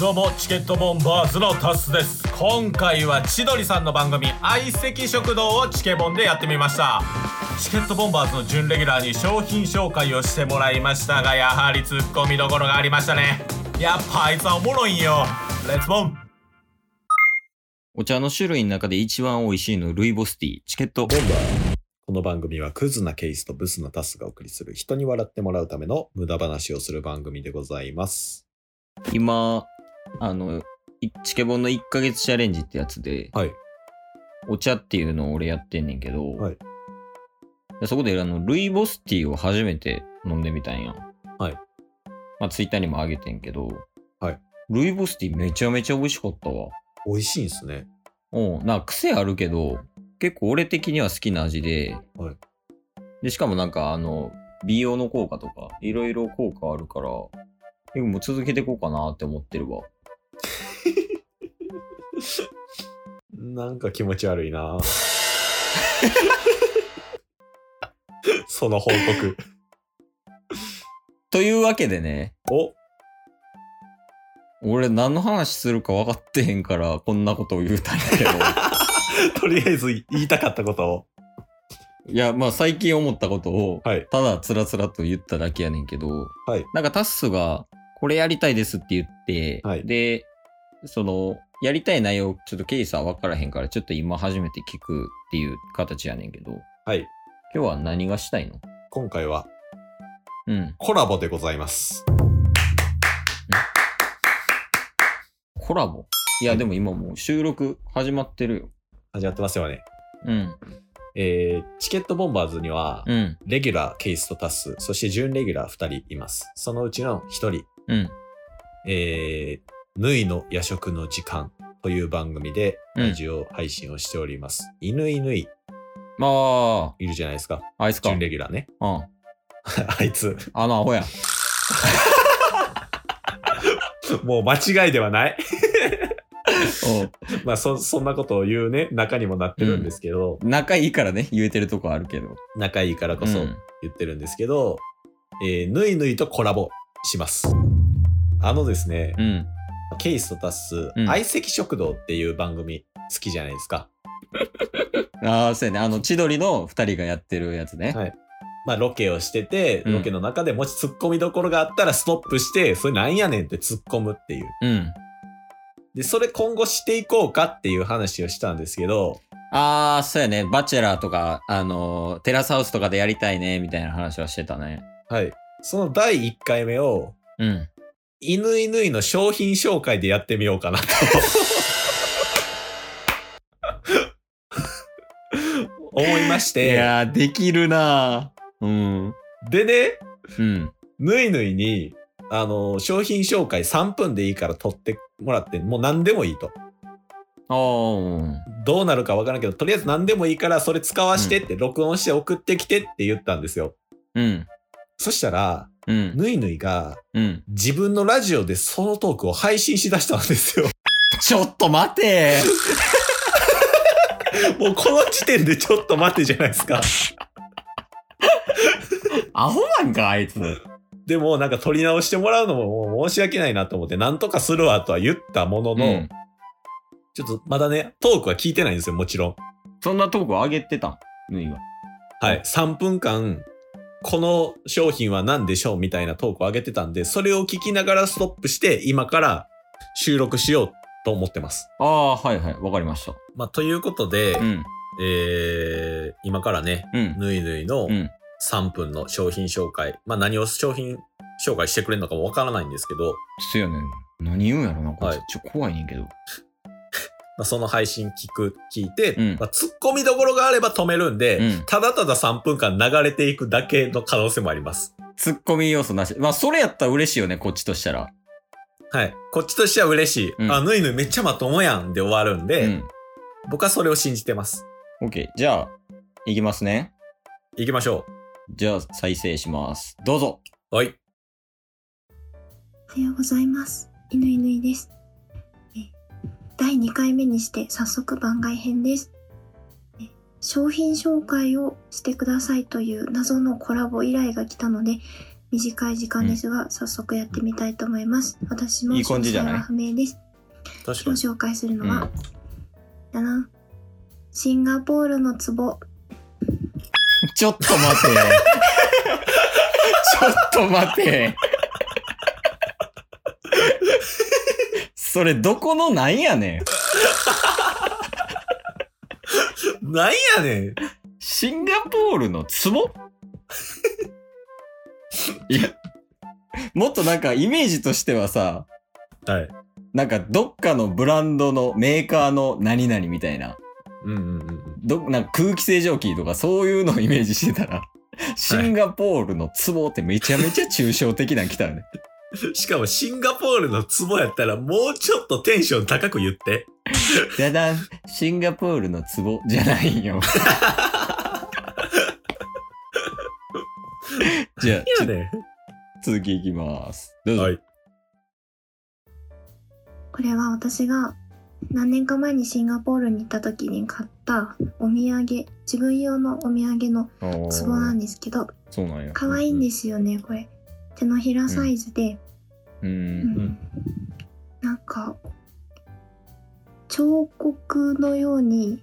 どうもチケットボンバーズのタスです今回は千鳥さんの番組「相席食堂」をチケボンでやってみましたチケットボンバーズの準レギュラーに商品紹介をしてもらいましたがやはりツッコミどころがありましたねやっぱあいつはおもろいんよレッツボンお茶の種類の中で一番美味しいのルイボスティー、チケットボンバー。この番組はクズなケイスとブスなタスがお送りする人に笑ってもらうための無駄話をする番組でございます。今、あの、いチケボンの1ヶ月チャレンジってやつで、はい。お茶っていうのを俺やってんねんけど、はいでそこであのルイボスティーを初めて飲んでみたんや。はい。まあ、ツイッターにもあげてんけど、はい。ルイボスティーめちゃめちゃ美味しかったわ。美味しいんすね。うん、なんか癖あるけど、結構俺的には好きな味で、はいで、しかもなんかあの、美容の効果とか、いろいろ効果あるから、でも続けていこうかなって思ってるわ。なんか気持ち悪いな その報告。というわけでね、 お俺何の話するか分かってへんから、こんなことを言うたんやけど、とりあえず言いたかったことを。いや、まあ最近思ったことを、はい。ただつらつらと言っただけやねんけど、はいなんかタッスが、これやりたいですって言って、はいで、その、やりたい内容、ちょっとケイさん分からへんから、ちょっと今初めて聞くっていう形やねんけど、はい。今日は何がしたいの今回はうん。コラボでございます。コラボ。いや、でも今もう収録始まってるよ。始まってますよね。うん。えー、チケットボンバーズには、うん。レギュラーケイスとタス、そして準レギュラー2人います。そのうちの1人、うん。えー、ぬいの夜食の時間という番組でうんラジオ配信をしております。犬犬いまいるじゃないですか。あ、あいつか。う準ん。レギュラーね。 ああいつ、のアホや。もう間違いではない。 うまあそ、そんなことを言うね、仲にもなってるんですけど、ん仲いいからね、言えてるとこあるけど。仲いいからこそうん言ってるんですけど、えー、ぬいぬいとコラボします。あのですね、うん。ケイスとタス、うん相席食堂っていう番組好きじゃないですか。ああ、そうやね。あの、千鳥の二人がやってるやつね。はいまあ、ロケをしてて、うんロケの中でもしツッコミどころがあったらストップして、それなんやねんって突っ込むっていう。うん。で、それ今後していこうかっていう話をしたんですけど、ああ、そうやね。バチェラーとか、あのーテラスハウスとかでやりたいね、みたいな話はしてたね。はい。その第1回目を、うん。犬犬いの商品紹介でやってみようかなと。 思いましいて、やー、できるなーうん。でね、うん。ぬいぬいに、あの、商品紹介3分でいいから撮ってもらって、もう何でもいいと。あーどうなるかわからんけど、とりあえず何でもいいから、それ使わしてって、録音して送ってきてって言ったんですよ。うん。そしたら、うん。ぬいぬいがうん。自分のラジオでそのトークを配信しだしたんですよ。 ちょっと待てもうこの時点でちょっと待ってじゃないですか。ーアホなんか、あいつ。でもなんか撮り直してもらうのももう申し訳ないなと思って、なんとかするわとは言ったものの、うんちょっとまだね、トークは聞いてないんですよ、もちろん。そんなトーク上げてたんぬいは。はい、3分間、この商品は何でしょうみたいなトークを上げてたんで、それを聞きながらストップして、今から収録しようと思ってます。ああ、はいはい。わかりました。まあ、ということで、うん。えー、今からね、うん。ぬいぬいうのん。 3分の商品紹介、まあ、何を商品紹介してくれるのかもわからないんですけど、そうやねん。何言うんやろな、こいはつ。ちょ、怖いねんけど。まあ、その配信聞く、聞いて、うんまあ、ツッコミどころがあれば止めるんで、うんただただ3分間流れていくだけの可能性もあります。ツッコミ要素なし。まあ、それやったら嬉しいよね、こっちとしたら。はい。こっちとしては嬉しい。うんあ、ぬいぬいめっちゃまともやんで終わるんで、うん。僕はそれを信じてます。 OK。じゃあ、いきますね。行きましょじゃあ、再生します。どうぞ。う。はい。おはようございます。いぬいぬいです。えー第2回目にして早速番外編です。えー商品紹介をしてくださいという謎のコラボ依頼が来たので、短い時間ですが、早速やってみたいと思います。私もいい感じじゃない詳細は不明です。確か今に。日紹介するのは、だな。シンガポールの壺。ちょっと待て。ちょっと待て。それどこのなんやねん。なんやねんシンガポールのツボいや、もっとなんかイメージとしてはさ、はい。なんかどっかのブランドのメーカーの何々みたいな、うんうんうんうん。どなんか空気清浄機とかそういうのをイメージしてたら、シンガポールのツボってめちゃめちゃ抽象的なん来たよね。しかもシンガポールのツボやったらもうちょっとテンション高く言って。だだん、シンガポールのツボじゃない よ。じゃあ、ちょっとね続きいきます。どうぞ。はい。これは私が何年か前にシンガポールに行った時に買ったお土産、自分用のお土産のおー壺なんですけど、そうなんや。可愛いんですよね、これ。手のひらサイズで、う。うんんなんか、彫刻のように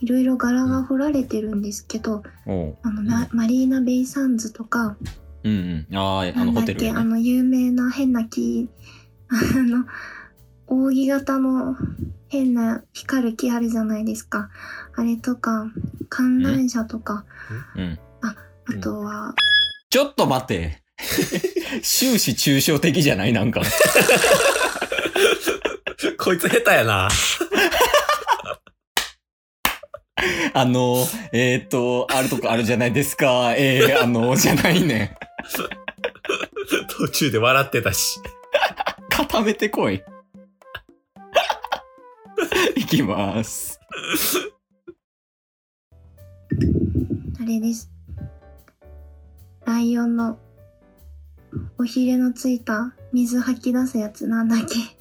いろいろ柄が彫られてるんですけど、おうあのなマリーナ・ベイ・サンズとか、うんうん。ああ、あなのんだホっテルけ、やあね。の有名な変な木、あの、扇形の変な光る木あるじゃないですか。あれとか、観覧車とか、うん。あとは、ちょっと待って。 終始抽象的じゃないなんか。こいつ下手やな。 あの、えーっと、あるとこあるじゃないですか。えー、あの、じゃないね。途中で笑ってたし。固めてこい。 いきます。あれです。ライオンの、おひれのついた水吐き出すやつなんだっけ。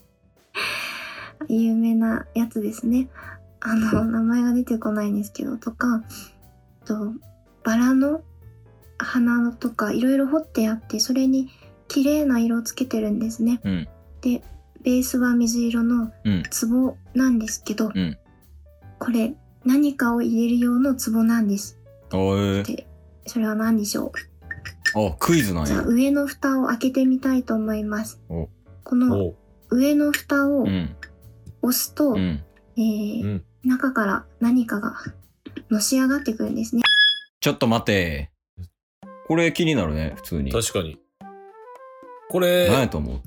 有名なやつですね。あの、名前が出てこないんですけど、とか、あと、バラの花とか、いろいろ掘ってあって、それに綺麗な色をつけてるんですね。うんで、ベースは水色のうん壺なんですけど、うんこれ、何かを入れる用の壺なんです。おーでそれは何でしょあ、クイズなんうじゃあや。上の蓋を開けてみたいと思いますおこのおう上の蓋うをん。押すと、うん。えーうん中から何かがのし上がってくるんですねちょっと待て。これ気になるね、普通に。確かに。こ何れや、と思う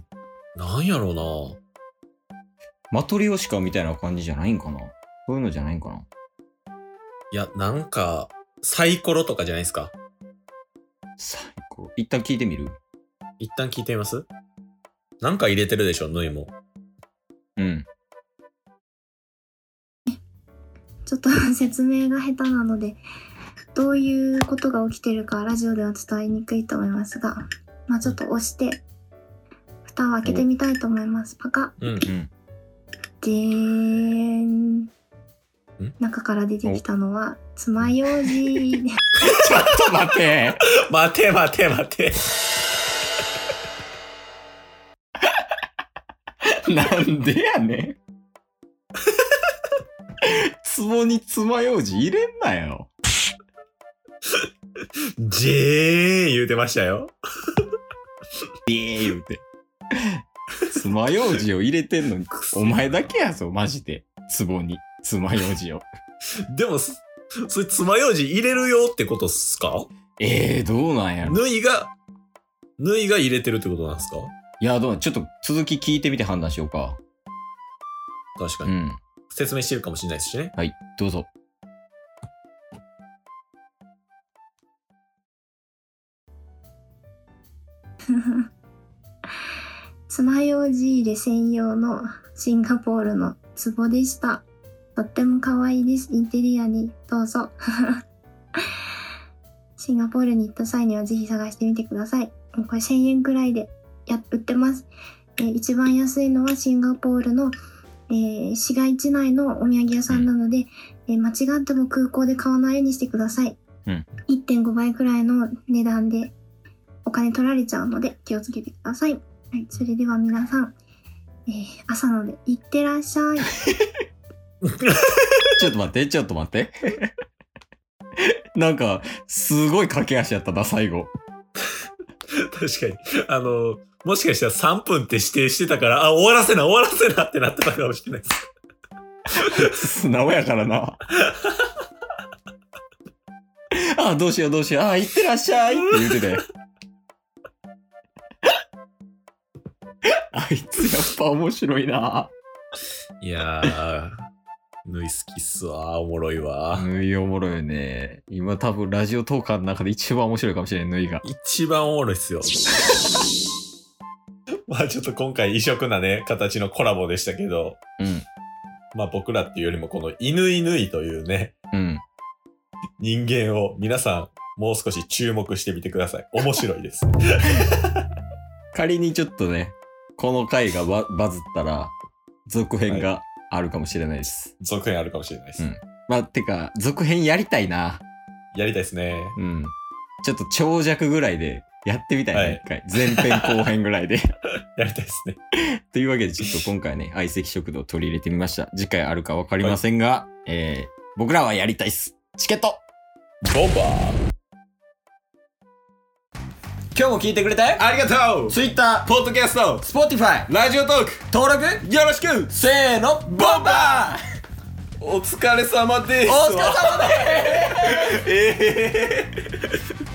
なんやろうマトリオシカみたいな感じじゃないんかなそういうのじゃないんかなな。いや、なんか、サイコロとかじゃないですか。最高。一旦聞いてみる一旦聞いてみますなんか入れてるでしょ、ぬいも。うん。ちょっと説明が下手なのでどういうことが起きてるかラジオでは伝えにくいと思いますが、まあ、ちょっと押して蓋を開けてみたいと思いますパカッうん。うん。でーん中から出てきたのは爪楊枝でちょっと待て 待て待て待て。なんでやねん。ツボに爪楊枝入れんなよ。ジェーン言うてましたよ。ビー言うて。爪楊枝を入れてんのに、お前だけやぞ、マジで。ツボに。爪楊枝を。でも、そそれ爪楊枝入れるよってことっすかええー、どうなんやろ。縫いが、縫いが入れてるってことなんですかいや、どうなんちょっと続き聞いてみて判断しようか。確かうに、ん。説明してるかもしれないですしね。 はい、どうぞ。爪楊枝入れ専用のシンガポールの壺でした。とっても可愛いです。インテリアにどうぞ。 シンガポールに行った際にはぜひ探してみてください。もうこれ1000円くらいでや売ってます、えー一番安いのはシンガポールの、えー市街地内のお土産屋さんなので、えー間違っても空港で買わないようにしてください。うん1.5倍くらいの値段でお金取られちゃうので気をつけてください。はい、それでは皆さん、えー朝なのでいってらっしゃい。ちょっと待って、ちょっと待って。なんか、すごい駆け足やったな、最後。確かに。あの、もしかしたら3分って指定してたから、あ、終わらせな、終わらせなってなってたかもしれないです。素 直やからな。あ、どうしようどうしよう。あ、行ってらっしゃいって言ってた よ。あいつやっぱ面白いな。いやー、 縫い好きっすわ、おもろいわ。縫いおもろいよね。今多分ラジオトーカーの中で一番面白いかもしれない、縫いが。一番おもろいっすよ。 まあちょっと今回異色なね、形のコラボでしたけど、うん。まあ僕らっていうよりもこの犬犬いというね、うん。人間を皆さんもう少し注目してみてください。面白 いです。仮にちょっとね、この回がババズったら、続編があるかもしれないです。続編あるかもしれないです。うんまあ、てか、続編やりたいな。やりたいですね。うん。ちょっと長尺ぐらいでやってみたいな、はい一回。前編後編ぐらいで。 やりたいですね。というわけで、ちょっと今回ね、相席食堂を取り入れてみました。次回あるかわかりませんが、えー、僕らはやりたいっす。チケットボンバー今日も聞いてくれてあありがとう Twitter、ポッドキャスト Spotify、ラジオトーク登録、よろしくせーの、ボン バーお疲れ様ですお疲れ様ですええ